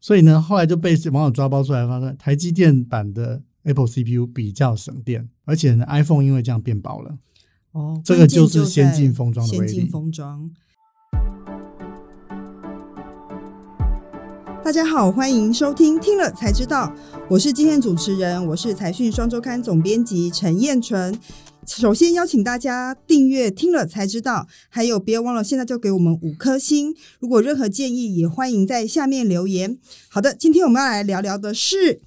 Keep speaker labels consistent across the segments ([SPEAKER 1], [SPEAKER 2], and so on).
[SPEAKER 1] 所以呢，后来就被网友抓包出来，发现台积电版的 Apple CPU 比较省电，而且呢，iPhone 因为这样变薄了。
[SPEAKER 2] 哦，
[SPEAKER 1] 这个
[SPEAKER 2] 关键
[SPEAKER 1] 就
[SPEAKER 2] 就是在
[SPEAKER 1] 先进封装的
[SPEAKER 2] 先
[SPEAKER 1] 威力
[SPEAKER 2] 进封装。大家好，欢迎收听《听了才知道》，我是今天主持人，我是财讯双周刊总编辑陈燕纯。首先邀请大家订阅《听了才知道》，还有别忘了现在就给我们五颗星。如果任何建议，也欢迎在下面留言。好的，今天我们要来聊聊的是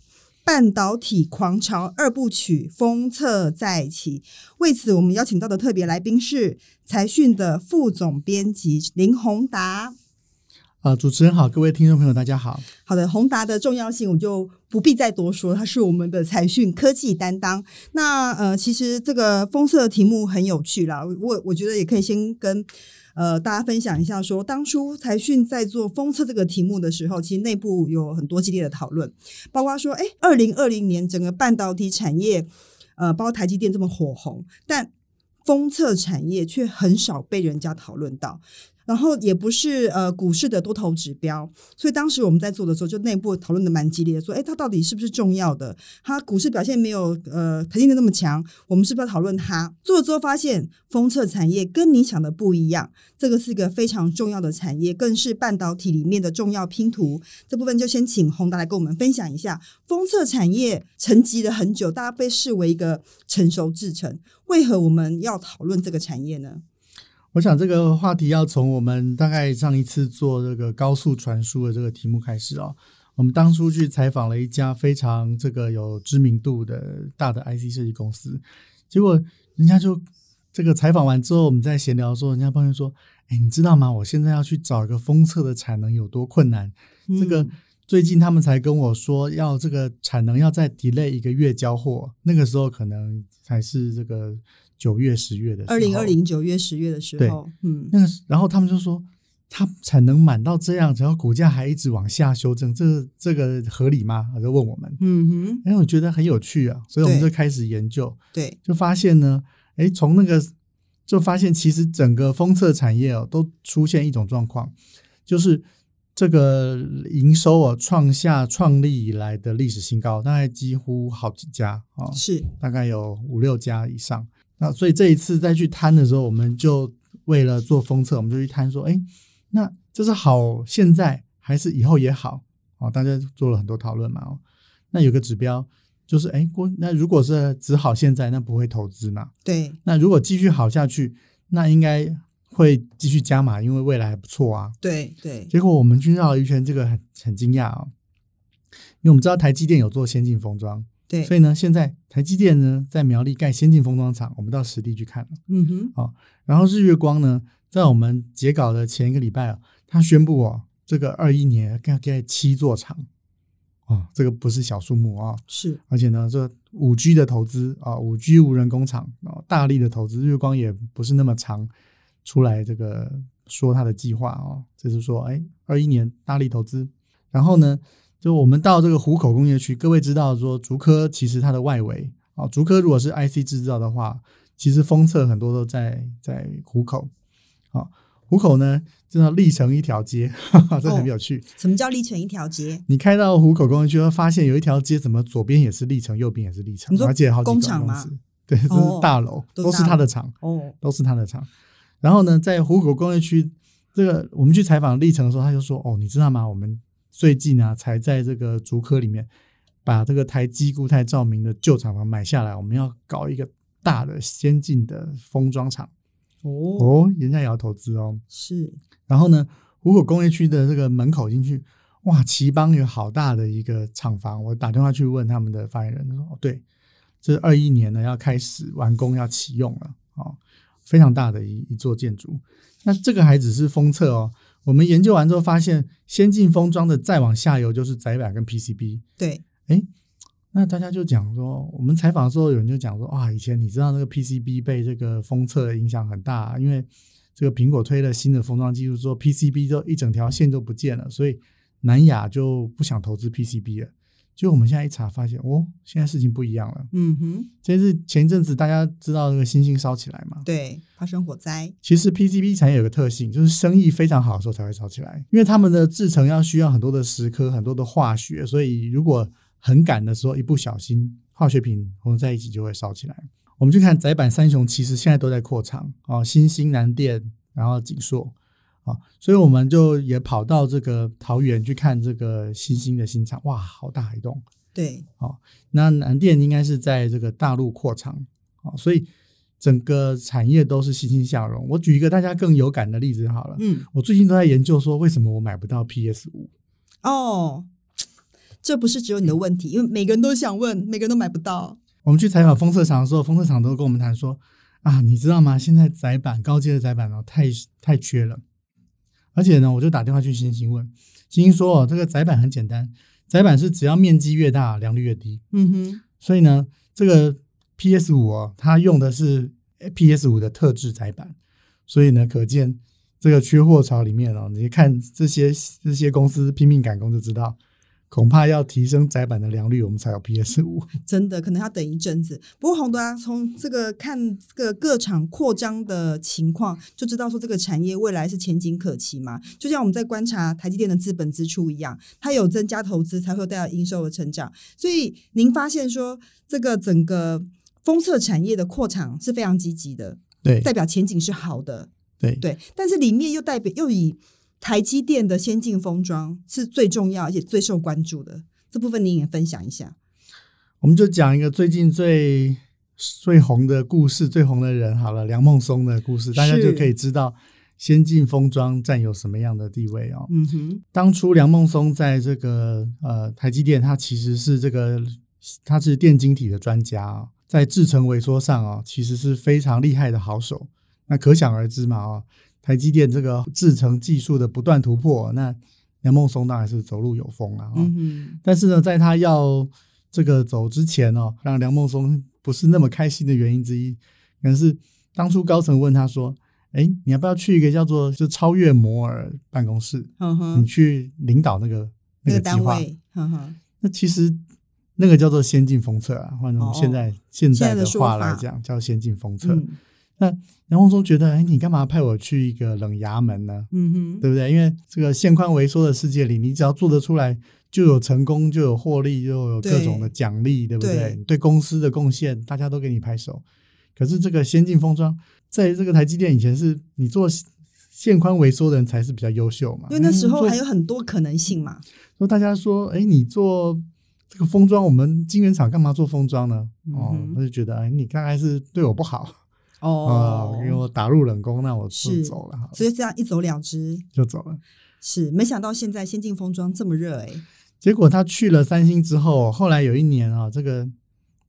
[SPEAKER 2] 半导体狂潮二部曲封测再起。为此，我们邀请到的特别来宾是财讯的副总编辑林宏达。
[SPEAKER 1] 呃，主持人好，各位听众朋友，大家好。
[SPEAKER 2] 好的，宏达的重要性我就不必再多说，它是我们的财讯科技担当。那呃，其实这个封测题目很有趣啦，我我觉得也可以先跟呃大家分享一下说，当初财讯在做封测这个题目的时候，其实内部有很多激烈的讨论，包括说，哎，二零二零年整个半导体产业，呃，包括台积电这么火红，但封测产业却很少被人家讨论到。然后也不是呃股市的多头指标，所以当时我们在做的时候，就内部讨论的蛮激烈，说，哎，它到底是不是重要的？它股市表现没有呃台积电那么强，我们是不是要讨论它？做了之后发现，封测产业跟你想的不一样，这个是一个非常重要的产业，更是半导体里面的重要拼图。这部分就先请宏达来跟我们分享一下，封测产业沉寂了很久，大家被视为一个成熟制程，为何我们要讨论这个产业呢？
[SPEAKER 1] 我想这个话题要从我们大概上一次做这个高速传输的这个题目开始哦。我们当初去采访了一家非常这个有知名度的大的 IC 设计公司，结果人家就这个采访完之后，我们在闲聊的时候，人家抱怨说：“哎，你知道吗？我现在要去找一个封测的产能有多困难？这个
[SPEAKER 2] 嗯
[SPEAKER 1] 最近他们才跟我说，要这个产能要再 delay 一个月交货，那个时候可能才是这个九月、十月的时候
[SPEAKER 2] 二零二零九月、十月的时候，嗯，
[SPEAKER 1] 那个时，然后他们就说，它产能满到这样，然后股价还一直往下修正，这个这个合理吗？他就问我们，
[SPEAKER 2] 嗯哼，
[SPEAKER 1] 哎，我觉得很有趣啊，所以我们
[SPEAKER 2] 对
[SPEAKER 1] 就开始研究，
[SPEAKER 2] 对，
[SPEAKER 1] 就发现呢，哎，从那个就发现其实整个封测产业哦，都出现一种状况，就是。这个营收哦，创下创立以来的历史新高，大概几乎好几家哦，
[SPEAKER 2] 是，
[SPEAKER 1] 大概有五六家以上。那所以这一次再去摊的时候，我们就为了做封测，我们就去摊说，哎，那这是好现在还是以后也好？哦，大家做了很多讨论嘛。哦，那有个指标就是，哎，过那如果是只好现在，那不会投资嘛？
[SPEAKER 2] 对，
[SPEAKER 1] 那如果继续好下去，那应该会继续加码，因为未来还不错啊。
[SPEAKER 2] 对，对，
[SPEAKER 1] 结果我们去绕了一圈，这个很很惊讶哦，因为我们知道台积电有做先进封装，
[SPEAKER 2] 对，
[SPEAKER 1] 所以呢，现在台积电呢在苗栗盖先进封装厂，我们到实地去看了。
[SPEAKER 2] 嗯哼，
[SPEAKER 1] 然后日月光呢，在我们截稿的前一个礼拜啊，他宣布哦，这个二一年要盖七座厂，哦，这个不是小数目啊、
[SPEAKER 2] 是，
[SPEAKER 1] 而且呢，这五 G 的投资啊，五 G 无人工厂啊，大力的投资，日月光也不是那么常出来这个说他的计划哦，就是说，哎，二一年大力投资，然后呢，就我们到这个湖口工业区，各位知道说，竹科其实它的外围啊，竹科如果是 IC 制造的话，其实封测很多都在在湖口啊，湖口呢，真的立成一条街， 哈哈，这很有趣。
[SPEAKER 2] 什么叫立成一条街？
[SPEAKER 1] 你开到虎口工业区，会发现有一条街，怎么左边也是历城，右边也是历城
[SPEAKER 2] 你，说
[SPEAKER 1] 而且好几
[SPEAKER 2] 工
[SPEAKER 1] 个
[SPEAKER 2] 厂
[SPEAKER 1] 公
[SPEAKER 2] 吗
[SPEAKER 1] 司，对，这
[SPEAKER 2] 哦
[SPEAKER 1] 是大楼，
[SPEAKER 2] 都
[SPEAKER 1] 都是
[SPEAKER 2] 大
[SPEAKER 1] 他的厂，
[SPEAKER 2] 哦，
[SPEAKER 1] 都是他的厂。然后呢，在虎口工业区，这个我们去采访历城的时候，他就说：“哦，你知道吗？我们最近啊，才在这个竹科里面把这个台积、固态、照明的旧厂房买下来，我们要搞一个大的先进的封装厂。”
[SPEAKER 2] 哦，
[SPEAKER 1] 哦，人家也要投资哦。
[SPEAKER 2] 是，
[SPEAKER 1] 然后呢，湖口工业区的这个门口进去，哇，奇邦有好大的一个厂房。我打电话去问他们的发言人，他说：“哦，对，这二一年呢要开始完工，要启用了哦，非常大的一一座建筑。那这个还只是封测哦。我们研究完之后发现，先进封装的再往下游就是载板跟 PCB。
[SPEAKER 2] 对，
[SPEAKER 1] 那大家就讲说，我们采访的时候，有人就讲说，哇，以前你知道那个 PCB 被这个封测影响很大，啊因为这个苹果推了新的封装技术之后，PCB 就一整条线都不见了，所以南亚就不想投资 PCB 了，结果我们现在一查发现，哦，现在事情不一样了。
[SPEAKER 2] 嗯哼，
[SPEAKER 1] 这是前一阵子大家知道那个星星烧起来嘛？
[SPEAKER 2] 对，发生火灾，
[SPEAKER 1] 其实 PCB 产业有个特性，就是生意非常好的时候才会烧起来，因为他们的制成要需要很多的石科、很多的化学，所以如果很赶的时候一不小心，化学品混在一起就会烧起来。我们去看窄板三雄，其实现在都在扩厂啊，哦新兴南电，然后锦硕啊、哦所以我们就也跑到这个桃园去看这个新兴的新厂，哇，好大一栋！
[SPEAKER 2] 对，
[SPEAKER 1] 那南电应该是在这个大陆扩厂啊，哦所以整个产业都是欣欣向荣。我举一个大家更有感的例子好了，
[SPEAKER 2] 嗯，
[SPEAKER 1] 我最近都在研究说为什么我买不到 PS 五，
[SPEAKER 2] 哦，这不是只有你的问题，因为每个人都想问，每个人都买不到，
[SPEAKER 1] 我们去采访封测厂的时候，封测厂都跟我们谈说啊，你知道吗？现在窄板高阶的窄板哦，太太缺了。而且呢，我就打电话去星星问，星星说哦，这个窄板很简单，窄板是只要面积越大，良率越低。
[SPEAKER 2] 嗯哼，
[SPEAKER 1] 所以呢，这个 PS 五哦，它用的是 PS 五的特制载板，所以呢，可见这个缺货潮里面哦，你看这些这些公司拼命赶工就知道，恐怕要提升载板的良率，我们才有 PS 五。
[SPEAKER 2] 真的可能要等一阵子。不过洪德拉从这个看这个各厂扩张的情况，就知道说这个产业未来是前景可期嘛。就像我们在观察台积电的资本支出一样，它有增加投资，才会有带来营收的成长。所以您发现说，这个整个封测产业的扩厂是非常积极的，
[SPEAKER 1] 对
[SPEAKER 2] 代表前景是好的。
[SPEAKER 1] 对
[SPEAKER 2] 对，但是里面又代表又以台积电的先进封装是最重要而且最受关注的这部分，您也分享一下。
[SPEAKER 1] 我们就讲一个最近最最红的故事、最红的人好了，梁孟松的故事，大家
[SPEAKER 2] 是
[SPEAKER 1] 就可以知道先进封装占有什么样的地位哦。
[SPEAKER 2] 嗯哼，
[SPEAKER 1] 当初梁孟松在这个呃台积电，他其实是这个呃他是电晶体的专家、哦，在制程萎缩上哦，其实是非常厉害的好手。那可想而知嘛哦，台积电这个制程技术的不断突破，那梁孟松当然是走路有风啊、哦。
[SPEAKER 2] 嗯哼。
[SPEAKER 1] 但是呢，在他要这个走之前哦，让梁孟松不是那么开心的原因之一，可能是当初高层问他说：“哎，你要不要去一个叫做就超越摩尔办公室，
[SPEAKER 2] 嗯
[SPEAKER 1] 你
[SPEAKER 2] 哼，
[SPEAKER 1] 去领导那个那
[SPEAKER 2] 那
[SPEAKER 1] 个
[SPEAKER 2] 个
[SPEAKER 1] 计
[SPEAKER 2] 单
[SPEAKER 1] 划？”
[SPEAKER 2] 位，哼哼，
[SPEAKER 1] 那其实那个叫做先进封测啊，换成我们
[SPEAKER 2] 哦
[SPEAKER 1] 现在、现
[SPEAKER 2] 现
[SPEAKER 1] 在
[SPEAKER 2] 在的
[SPEAKER 1] 的
[SPEAKER 2] 说
[SPEAKER 1] 话
[SPEAKER 2] 法
[SPEAKER 1] 来讲叫先进封测。
[SPEAKER 2] 嗯
[SPEAKER 1] 梁孟松觉得：“哎，你干嘛派我去一个冷衙门呢？
[SPEAKER 2] 嗯哼，
[SPEAKER 1] 对不对？因为这个线宽萎缩的世界里，你只要做得出来，就有成功，就有获利，就有各种的奖励，对不对？
[SPEAKER 2] 对
[SPEAKER 1] 你对公司的贡献，大家都给你拍手。可是这个先进封装，在这个台积电以前是你做线宽萎缩的人才是比较优秀嘛，
[SPEAKER 2] 因为那时候
[SPEAKER 1] 嗯
[SPEAKER 2] 还有很多可能性嘛，
[SPEAKER 1] 说大家说，哎，你做这个封装，我们晶圆厂干嘛做封装呢？哦
[SPEAKER 2] 嗯哼，
[SPEAKER 1] 他就觉得，哎，你大概是对我不好啊、
[SPEAKER 2] 哦，
[SPEAKER 1] 给我打入冷宫，那我就是走了，好了
[SPEAKER 2] 所以这样一走了之，
[SPEAKER 1] 就走了。
[SPEAKER 2] 是没想到现在先进封装这么热哎、
[SPEAKER 1] 结果他去了三星之后，后来有一年啊，这个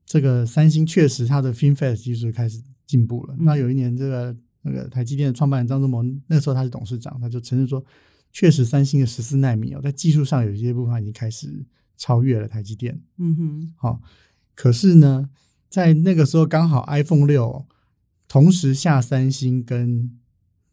[SPEAKER 1] 这个三星确实它的 FinFET 技术开始进步了。
[SPEAKER 2] 嗯
[SPEAKER 1] 那有一年，这个那个台积电的创办人张忠谋，那时候他是董事长，他就承认说，确实三星的十四纳米哦，在技术上有一些部分已经开始超越了台积电。
[SPEAKER 2] 嗯哼，
[SPEAKER 1] 好、可是呢，在那个时候刚好 iPhone 六、同时下三星跟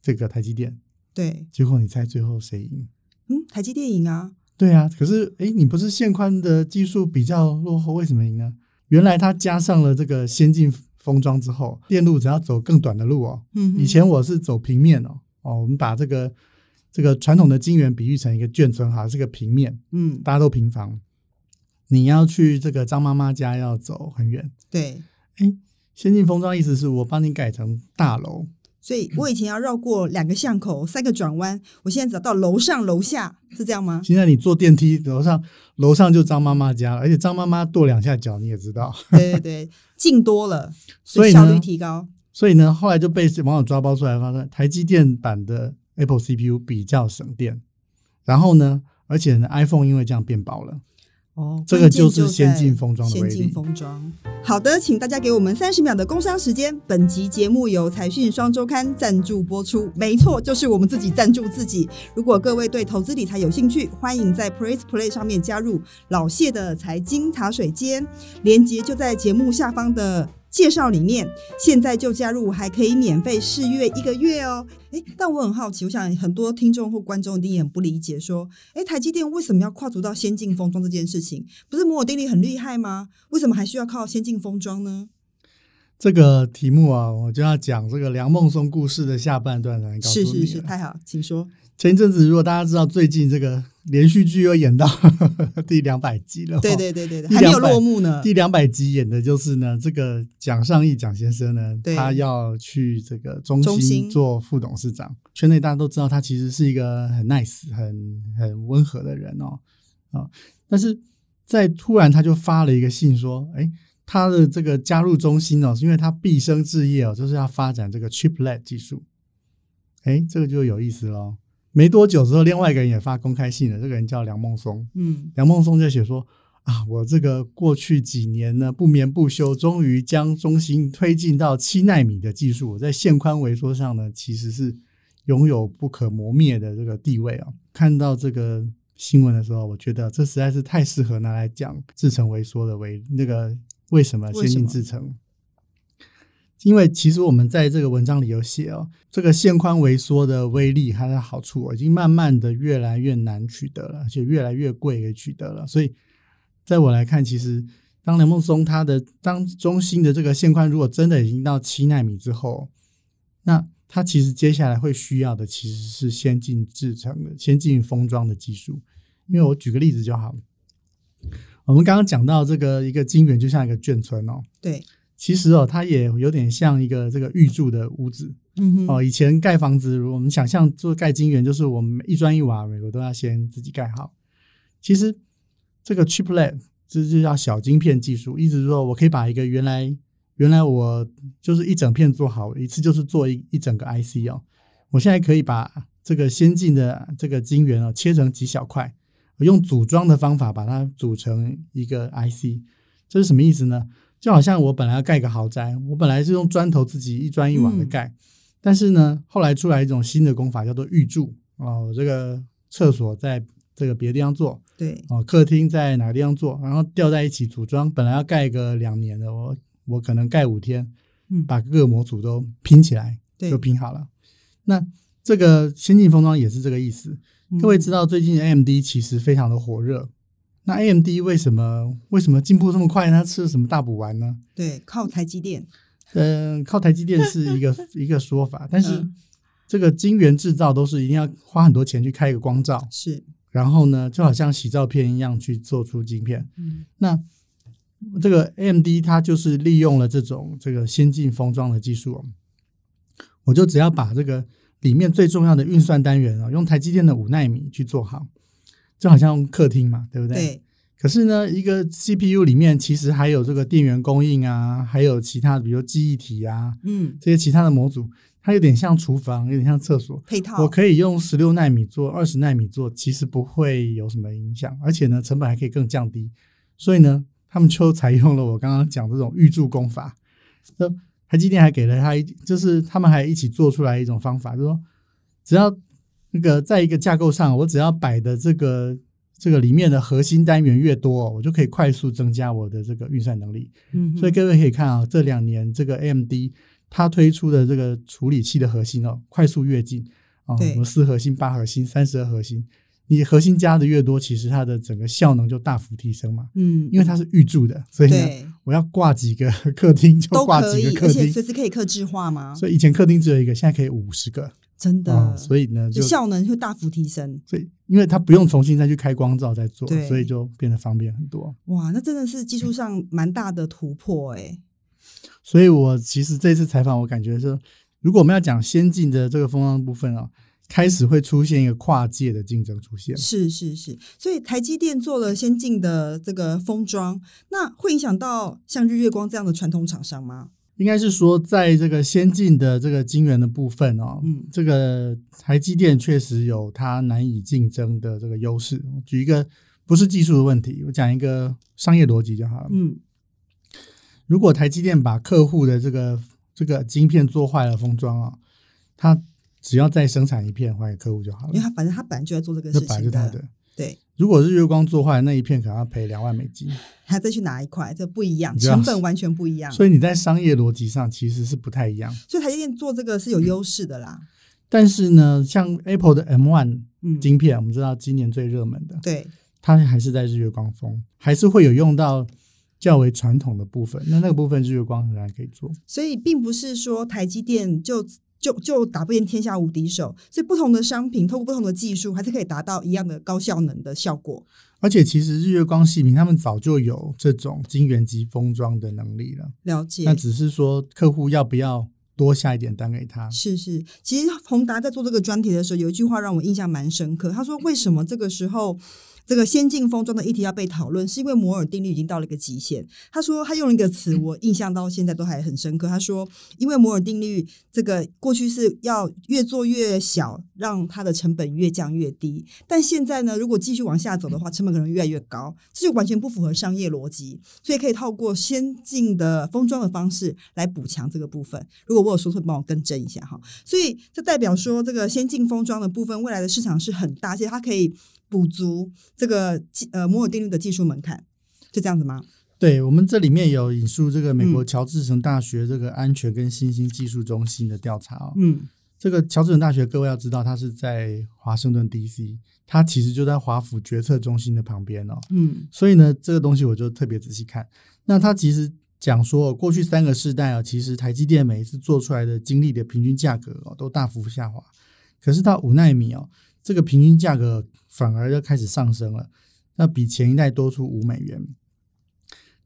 [SPEAKER 1] 这个台积电，
[SPEAKER 2] 对，
[SPEAKER 1] 结果你猜最后谁赢？
[SPEAKER 2] 嗯，台积电影啊，
[SPEAKER 1] 对啊，可是诶，你不是线宽的技术比较落后，为什么赢呢？原来它加上了这个先进封装之后，电路只要走更短的路哦。
[SPEAKER 2] 嗯哼，
[SPEAKER 1] 以前我是走平面哦，哦，我们把这个这个传统的晶圆比喻成一个眷村哈，是个平面，
[SPEAKER 2] 嗯，
[SPEAKER 1] 大家都平房。你要去这个张妈妈家要走很远，
[SPEAKER 2] 对，
[SPEAKER 1] 先进封装意思是我帮你改成大楼，
[SPEAKER 2] 所以我以前要绕过两个巷口、三个转弯，我现在只要到楼上楼下，是这 样吗？
[SPEAKER 1] 现在你坐电梯楼上楼上就张妈妈家了，而且张妈妈跺两下脚你也知道，
[SPEAKER 2] 对对对，进多了，
[SPEAKER 1] 所以
[SPEAKER 2] 效
[SPEAKER 1] 呢
[SPEAKER 2] 率提高，
[SPEAKER 1] 所以呢，后来就被网友抓包出来，发现台积电版的 Apple CPU 比较省电。然后呢，而且呢，iPhone 因为这样变薄了。
[SPEAKER 2] 哦，
[SPEAKER 1] 这个
[SPEAKER 2] 关键
[SPEAKER 1] 就是先
[SPEAKER 2] 在
[SPEAKER 1] 进封装的威
[SPEAKER 2] 先
[SPEAKER 1] 力
[SPEAKER 2] 进封装。好的，请大家给我们三十秒的工商时间。本集节目由财讯双周刊赞助播出，没错，就是我们自己赞助自己。如果各位对投资理财有兴趣，欢迎在 Praise Play 上面加入老谢的财经茶水间，连接就在节目下方的。介绍里面，现在就加入，还可以免费试阅一个月哦。诶，但我很好奇，我想很多听众或观众一定也很不理解，说，诶，台积电为什么要跨足到先进封装这件事情？不是摩尔定律很厉害吗？为什么还需要靠先进封装呢？
[SPEAKER 1] 这个题目啊，我就要讲这个梁孟松故事的下半段来告诉
[SPEAKER 2] 是
[SPEAKER 1] 你啊
[SPEAKER 2] 是是，
[SPEAKER 1] 了
[SPEAKER 2] 太好，请说。
[SPEAKER 1] 前一阵子，如果大家知道最近这个连续剧又演到 第两百集了，哦
[SPEAKER 2] 对对对对
[SPEAKER 1] 第
[SPEAKER 2] 对，还没有
[SPEAKER 1] 200
[SPEAKER 2] 落幕呢。
[SPEAKER 1] 第两百集演的就是呢，这个蒋尚义蒋先生呢，
[SPEAKER 2] 对
[SPEAKER 1] 他要去这个中
[SPEAKER 2] 中
[SPEAKER 1] 兴
[SPEAKER 2] 兴
[SPEAKER 1] 做副董事长。圈内大家都知道，他其实是一个很 nice、很很温和的人哦，啊、但是在突然他就发了一个信说，哎，他的这个加入中兴哦，是因为他毕生志业哦，就是要发展这个 chiplet 技术。哎，这个就有意思喽。没多久之后，另外一个人也发公开信了，这个人叫梁孟松。
[SPEAKER 2] 嗯，
[SPEAKER 1] 梁孟松就写说啊，我这个过去几年呢不眠不休，终于将中芯推进到七纳米的技术，我在线宽微缩上呢其实是拥有不可磨灭的这个地位啊。看到这个新闻的时候，我觉得这实在是太适合拿来讲制程微缩的微那个为什么先
[SPEAKER 2] 为什
[SPEAKER 1] 进
[SPEAKER 2] 么
[SPEAKER 1] 制程。因为其实我们在这个文章里有写哦，这个线宽微缩的威力它的好处哦，已经慢慢的越来越难取得了，而且越来越贵也取得了。所以，在我来看，其实当梁孟松他的当中心的这个线宽如果真的已经到七纳米之后，那它其实接下来会需要的其实是先进制成的、先进封装的技术。因为我举个例子就好了，我们刚刚讲到这个一个晶圆就像一个眷村哦，
[SPEAKER 2] 对，
[SPEAKER 1] 其实哦，它也有点像一个这个预住的屋子
[SPEAKER 2] 嗯哼，
[SPEAKER 1] 哦。以前盖房子，如果我们想象做盖金元，就是我们一砖一瓦，美国都要先自己盖好。其实这个 chiplet 这就叫小晶片技术，意思是说我可以把一个原来原来我就是一整片做好，一次就是做一一整个 IC 哦。我现在可以把这个先进的这个晶圆哦切成几小块，我用组装的方法把它组成一个 IC。这是什么意思呢？就好像我本来要盖个豪宅，我本来是用砖头自己一砖一瓦的盖，但是呢，后来出来一种新的工法叫做预铸哦，这个厕所在这个别的地方做，
[SPEAKER 2] 对，
[SPEAKER 1] 哦，客厅在哪个地方做，然后吊在一起组装。本来要盖个两年的，我我可能盖五天，
[SPEAKER 2] 嗯
[SPEAKER 1] 把各个模组都拼起来，
[SPEAKER 2] 对
[SPEAKER 1] 就拼好了。那这个先进封装也是这个意思。
[SPEAKER 2] 嗯
[SPEAKER 1] 各位知道最近 AMD 其实非常的火热，那 AMD 为什么为什么进步这么快呢？它吃了什么大补丸呢？
[SPEAKER 2] 对，靠台积电，
[SPEAKER 1] 嗯，靠台积电是一 个一个说法，但是
[SPEAKER 2] 嗯
[SPEAKER 1] 这个晶圆制造都是一定要花很多钱去开一个光照，
[SPEAKER 2] 是，
[SPEAKER 1] 然后呢，就好像洗照片一样去做出晶片。
[SPEAKER 2] 嗯
[SPEAKER 1] 那这个 AMD 它就是利用了这种这个先进封装的技术哦，我就只要把这个里面最重要的运算单元哦，用台积电的五纳米去做好，就好像客厅嘛，对不对？
[SPEAKER 2] 对，
[SPEAKER 1] 可是呢，一个 CPU 里面其实还有这个电源供应啊，还有其他的，比如记忆体啊
[SPEAKER 2] 嗯，
[SPEAKER 1] 这些其他的模组，它有点像厨房，有点像厕所，
[SPEAKER 2] 配套
[SPEAKER 1] 我可以用十六纳米做，二十纳米做，其实不会有什么影响，而且呢，成本还可以更降低。所以呢，他们就采用了我刚刚讲这种预铸工法。那台积电还给了他一，就是他们还一起做出来一种方法，就是说只要那个在一个架构上，我只要摆的这个这个里面的核心单元越多，我就可以快速增加我的这个运算能力。
[SPEAKER 2] 嗯哼
[SPEAKER 1] 所以各位可以看啊，这两年这个 AMD 它推出的这个处理器的核心哦，快速跃进啊，
[SPEAKER 2] 对
[SPEAKER 1] 什么四核心、八核心、三十二核心，你核心加的越多，其实它的整个效能就大幅提升嘛。
[SPEAKER 2] 嗯，
[SPEAKER 1] 因为它是预铸的，所以呢，
[SPEAKER 2] 对
[SPEAKER 1] 我要挂几个客厅就
[SPEAKER 2] 都
[SPEAKER 1] 挂
[SPEAKER 2] 可
[SPEAKER 1] 几
[SPEAKER 2] 以，
[SPEAKER 1] 个
[SPEAKER 2] 而
[SPEAKER 1] 客
[SPEAKER 2] 且
[SPEAKER 1] 厅，
[SPEAKER 2] 随时可以克制化吗？
[SPEAKER 1] 所以以前客厅只有一个，现在可以五十个
[SPEAKER 2] 真
[SPEAKER 1] 啊、
[SPEAKER 2] 的，
[SPEAKER 1] 所以呢，就
[SPEAKER 2] 就效能会大幅提升。
[SPEAKER 1] 所以因为它不用重新再去开光照再做，
[SPEAKER 2] 对
[SPEAKER 1] 所以就变得方便很多。
[SPEAKER 2] 哇，那真的是技术上蛮大的突破哎、
[SPEAKER 1] 所以我其实这次采访，我感觉是，如果我们要讲先进的这个风尚部分啊，开始会出现一个跨界的竞争出现。
[SPEAKER 2] 是是是，所以台积电做了先进的这个封装，那会影响到像日月光这样的传统厂商吗？
[SPEAKER 1] 应该是说，在这个先进的这个晶圆的部分哦，
[SPEAKER 2] 嗯
[SPEAKER 1] 这个台积电确实有它难以竞争的这个优势。我举一个不是技术的问题，我讲一个商业逻辑就好了。
[SPEAKER 2] 嗯，
[SPEAKER 1] 如果台积电把客户的这个这个晶片做坏了封装啊，它只要再生产一片还给客户就好了
[SPEAKER 2] 因为，他反正他本来就在做这个
[SPEAKER 1] 这
[SPEAKER 2] 事
[SPEAKER 1] 嗯本来
[SPEAKER 2] 情
[SPEAKER 1] 就
[SPEAKER 2] 的，
[SPEAKER 1] 是它的。
[SPEAKER 2] 对，
[SPEAKER 1] 如果日月光做坏那一片，可能要赔两万美金。
[SPEAKER 2] 还再去拿一块，这不一样，
[SPEAKER 1] 你知道
[SPEAKER 2] 成本完全不一样。
[SPEAKER 1] 所以你在商业逻辑上其实是不太一样。
[SPEAKER 2] 所以台积电做这个是有优势的啦。
[SPEAKER 1] 但是呢，像 Apple 的 M1
[SPEAKER 2] 嗯，
[SPEAKER 1] 晶片，我们知道今年最热门的，
[SPEAKER 2] 对，
[SPEAKER 1] 它还是在日月光封，还是会有用到较为传统的部分。那那个部分日月光仍然可以做。
[SPEAKER 2] 所以并不是说台积电就就就打遍天下无敌手，所以不同的商品透过不同的技术，还是可以达到一样的高效能的效果。
[SPEAKER 1] 而且其实日月光细屏他们早就有这种晶圆级封装的能力了，
[SPEAKER 2] 了解
[SPEAKER 1] 那，只是说客户要不要多下一点单给他。
[SPEAKER 2] 是是，其实宏达在做这个专题的时候，有一句话让我印象蛮深刻。他说：“为什么这个时候这个先进封装的议题要被讨论？是因为摩尔定律已经到了一个极限。”他说他用了一个词，我印象到现在都还很深刻。他说：“因为摩尔定律这个过去是要越做越小，让它的成本越降越低，但现在呢，如果继续往下走的话，成本可能越来越高，这就完全不符合商业逻辑。所以可以透过先进的封装的方式来补强这个部分。如果我有说错，帮我更正一下哈。所以这代表说，这个先进封装的部分，未来的市场是很大，而且它可以补足这个技呃摩尔定律的技术门槛，就这样子吗？
[SPEAKER 1] 对我们这里面有引述这个美国乔治城大学这个安全跟新兴技术中心的调查哦。
[SPEAKER 2] 嗯，
[SPEAKER 1] 这个乔治城大学各位要知道，它是在华盛顿 D.C.，它其实就在华府决策中心的旁边哦。
[SPEAKER 2] 嗯，
[SPEAKER 1] 所以呢，这个东西我就特别仔细看。那它其实讲说，过去三个世代啊，其实台积电每一次做出来的晶粒的平均价格哦，都大幅下滑。可是到五纳米哦，这个平均价格反而要开始上升了，那比前一代多出五美元。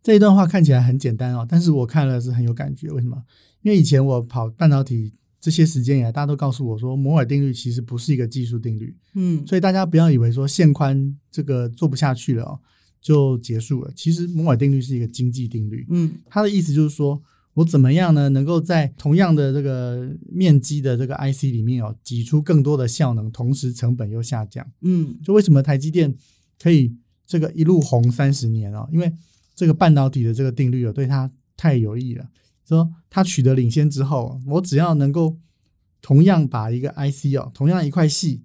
[SPEAKER 1] 这一段话看起来很简单哦，但是我看了是很有感觉。为什么？因为以前我跑半导体这些时间以来，大家都告诉我说，摩尔定律其实不是一个技术定律，
[SPEAKER 2] 嗯，
[SPEAKER 1] 所以大家不要以为说线宽这个做不下去了、哦、就结束了。其实摩尔定律是一个经济定律，
[SPEAKER 2] 嗯，
[SPEAKER 1] 它的意思就是说我怎么样呢，能够在同样的这个面积的这个 IC 里面哦，挤出更多的效能，同时成本又下降。
[SPEAKER 2] 嗯，
[SPEAKER 1] 就为什么台积电可以这个一路红三十年哦，因为这个半导体的这个定律哦，对它太有益了。说它取得领先之后，哦我只要能够同样把一个 IC 哦，同样一块细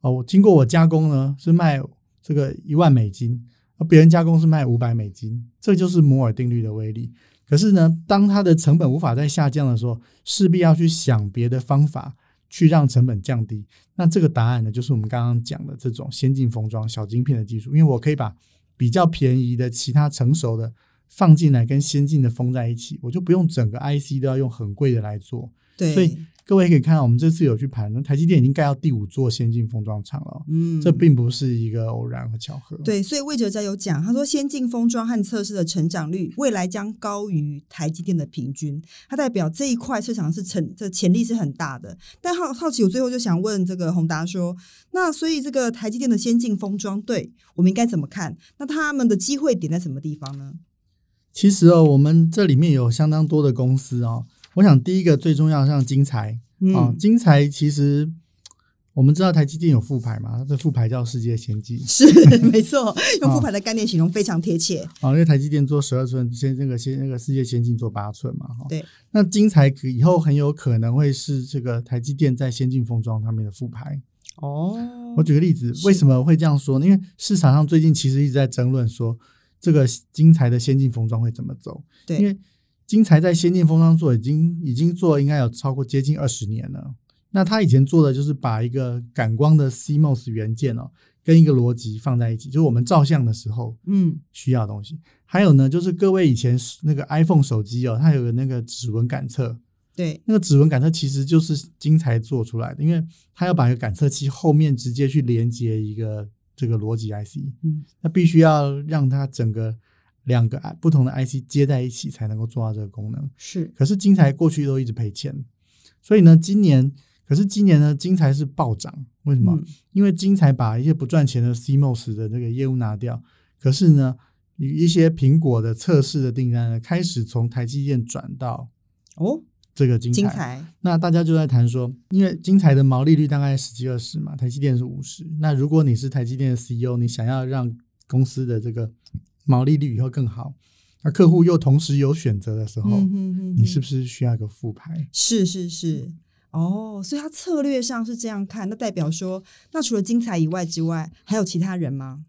[SPEAKER 1] 哦，我经过我加工呢是卖这个一万美金，而别人加工是卖五百美金，这就是摩尔定律的威力。可是呢，当它的成本无法再下降的时候，势必要去想别的方法去让成本降低。那这个答案呢，就是我们刚刚讲的这种先进封装小晶片的技术，因为我可以把比较便宜的其他成熟的放进来，跟先进的封在一起，我就不用整个 IC 都要用很贵的来做。
[SPEAKER 2] 对，
[SPEAKER 1] 所以各位可以看到，我们这次有去盘，台积电已经盖到第五座先进封装厂了哦，
[SPEAKER 2] 嗯，
[SPEAKER 1] 这并不是一个偶然和巧合。，哦
[SPEAKER 2] 对，所以魏哲家有讲，他说先进封装和测试的成长率未来将高于台积电的平均，它代表这一块市场是成这潜力是很大的。但好好奇，我最后就想问这个宏达说，那所以这个台积电的先进封装对我们应该怎么看？那他们的机会点在什么地方呢？
[SPEAKER 1] 其实哦，我们这里面有相当多的公司哦，我想第一个最重要像晶材，啊，
[SPEAKER 2] 嗯，
[SPEAKER 1] 金材其实我们知道台积电有副牌嘛，它的副牌叫世界先进
[SPEAKER 2] 是没错，用
[SPEAKER 1] 啊
[SPEAKER 2] 复牌的概念形容非常贴切。
[SPEAKER 1] 啊，因为台积电做十二寸，先那个先那个世界先进做八寸嘛，哈、
[SPEAKER 2] 对，
[SPEAKER 1] 那金材以后很有可能会是这个台积电在先进封装上面的副牌。
[SPEAKER 2] 哦
[SPEAKER 1] 我举个例子，
[SPEAKER 2] 是
[SPEAKER 1] 为什么会这样说呢？因为市场上最近其实一直在争论说，这个金材的先进封装会怎么走？
[SPEAKER 2] 对
[SPEAKER 1] 因为金材在先进封装做已经已经做应该有超过接近二十年了。那他以前做的就是把一个感光的 CMOS 元件哦，跟一个逻辑放在一起，就是我们照相的时候
[SPEAKER 2] 嗯，
[SPEAKER 1] 需要的东西。还有呢，就是各位以前那个 iPhone 手机哦，它有个那个指纹感测，
[SPEAKER 2] 对，
[SPEAKER 1] 那个指纹感测其实就是晶材做出来的，因为它要把一个感测器后面直接去连接一个这个逻辑 IC，
[SPEAKER 2] 嗯，
[SPEAKER 1] 那必须要让它整个两个 I- 不同的 IC 接在一起才能够做到这个功能。
[SPEAKER 2] 是，
[SPEAKER 1] 可是晶材过去都一直赔钱，所以呢，今年可是今年呢，晶材是暴涨，为什么？
[SPEAKER 2] 嗯，
[SPEAKER 1] 因为晶才把一些不赚钱的 CMOS 的那个业务拿掉，可是呢，一些苹果的测试的订单呢，开始从台积电转到
[SPEAKER 2] 哦，
[SPEAKER 1] 这个晶
[SPEAKER 2] 精
[SPEAKER 1] 材。
[SPEAKER 2] 彩，
[SPEAKER 1] 那大家就在谈说，因为晶材的毛利率大概十几二十嘛，台积电是五十。那如果你是台积电的 CEO，你想要让公司的这个毛利率以后更好，那客户又同时有选择的时候，
[SPEAKER 2] 嗯哼哼
[SPEAKER 1] 你是
[SPEAKER 2] 哼
[SPEAKER 1] 不是需要一个复牌？
[SPEAKER 2] 是是是，哦，所以他策略上是这样看，那代表说，那除了精彩以外之外，还有其他人吗？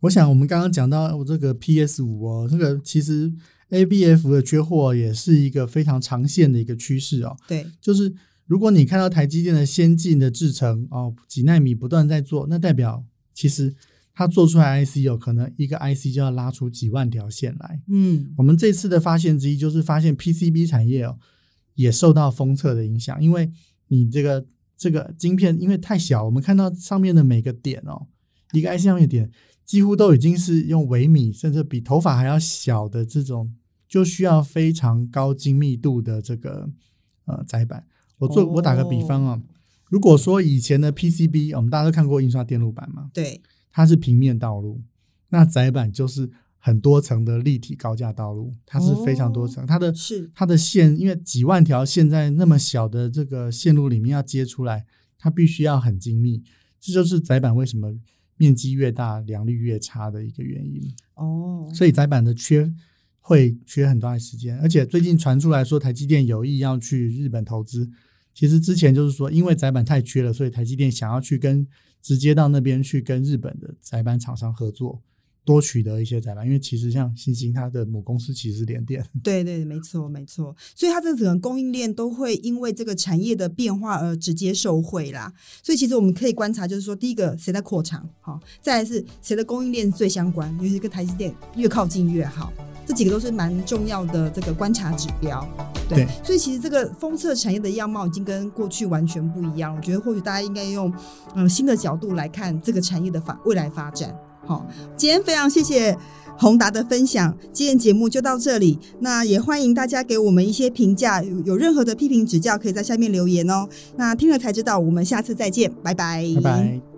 [SPEAKER 1] 我想我们刚刚讲到我这个 PS 五哦，这个其实 ABF 的缺货哦也是一个非常长线的一个趋势哦。
[SPEAKER 2] 对，
[SPEAKER 1] 就是如果你看到台积电的先进的制程哦，几纳米不断在做，那代表其实它做出来 IC 有、哦、可能一个 IC 就要拉出几万条线来。
[SPEAKER 2] 嗯，
[SPEAKER 1] 我们这次的发现之一就是发现 PCB 产业哦也受到封测的影响，因为你这个这个晶片因为太小，我们看到上面的每个点哦，一个 IC 上面的点几乎都已经是用微米甚至比头发还要小的这种，就需要非常高精密度的这个呃载板。我做我打个比方啊、哦，如果说以前的 PCB 哦我们大家都看过印刷电路板嘛，
[SPEAKER 2] 对，
[SPEAKER 1] 它是平面道路，那窄板就是很多层的立体高架道路，它是非常多层，它的
[SPEAKER 2] 是，
[SPEAKER 1] 它的线因为几万条线在那么小的这个线路里面要接出来，它必须要很精密，这就是窄板为什么面积越大良率越差的一个原因。
[SPEAKER 2] 哦，
[SPEAKER 1] 所以窄板的缺会缺很大的时间，而且最近传出来说台积电有意要去日本投资。其实之前就是说，因为窄板太缺了，所以台积电想要去跟直接到那边去跟日本的窄板厂商合作，多取得一些窄板。因为其实像星星它的母公司其实是联电，
[SPEAKER 2] 对对，没错没错，所以它这整个供应链都会因为这个产业的变化而直接受惠啦。所以其实我们可以观察，就是说，第一个谁在扩厂，好、再来是谁的供应链最相关，尤其跟台积电越靠近越好，这几个都是蛮重要的这个观察指标。对，
[SPEAKER 1] 对
[SPEAKER 2] 所以其实这个封测产业的样貌已经跟过去完全不一样。我觉得或许大家应该用嗯、呃新的角度来看这个产业的发未来发展。好、今天非常谢谢宏达的分享，今天节目就到这里。那也欢迎大家给我们一些评价，有有任何的批评指教，可以在下面留言哦。那听了才知道，我们下次再见，拜拜，
[SPEAKER 1] 拜拜。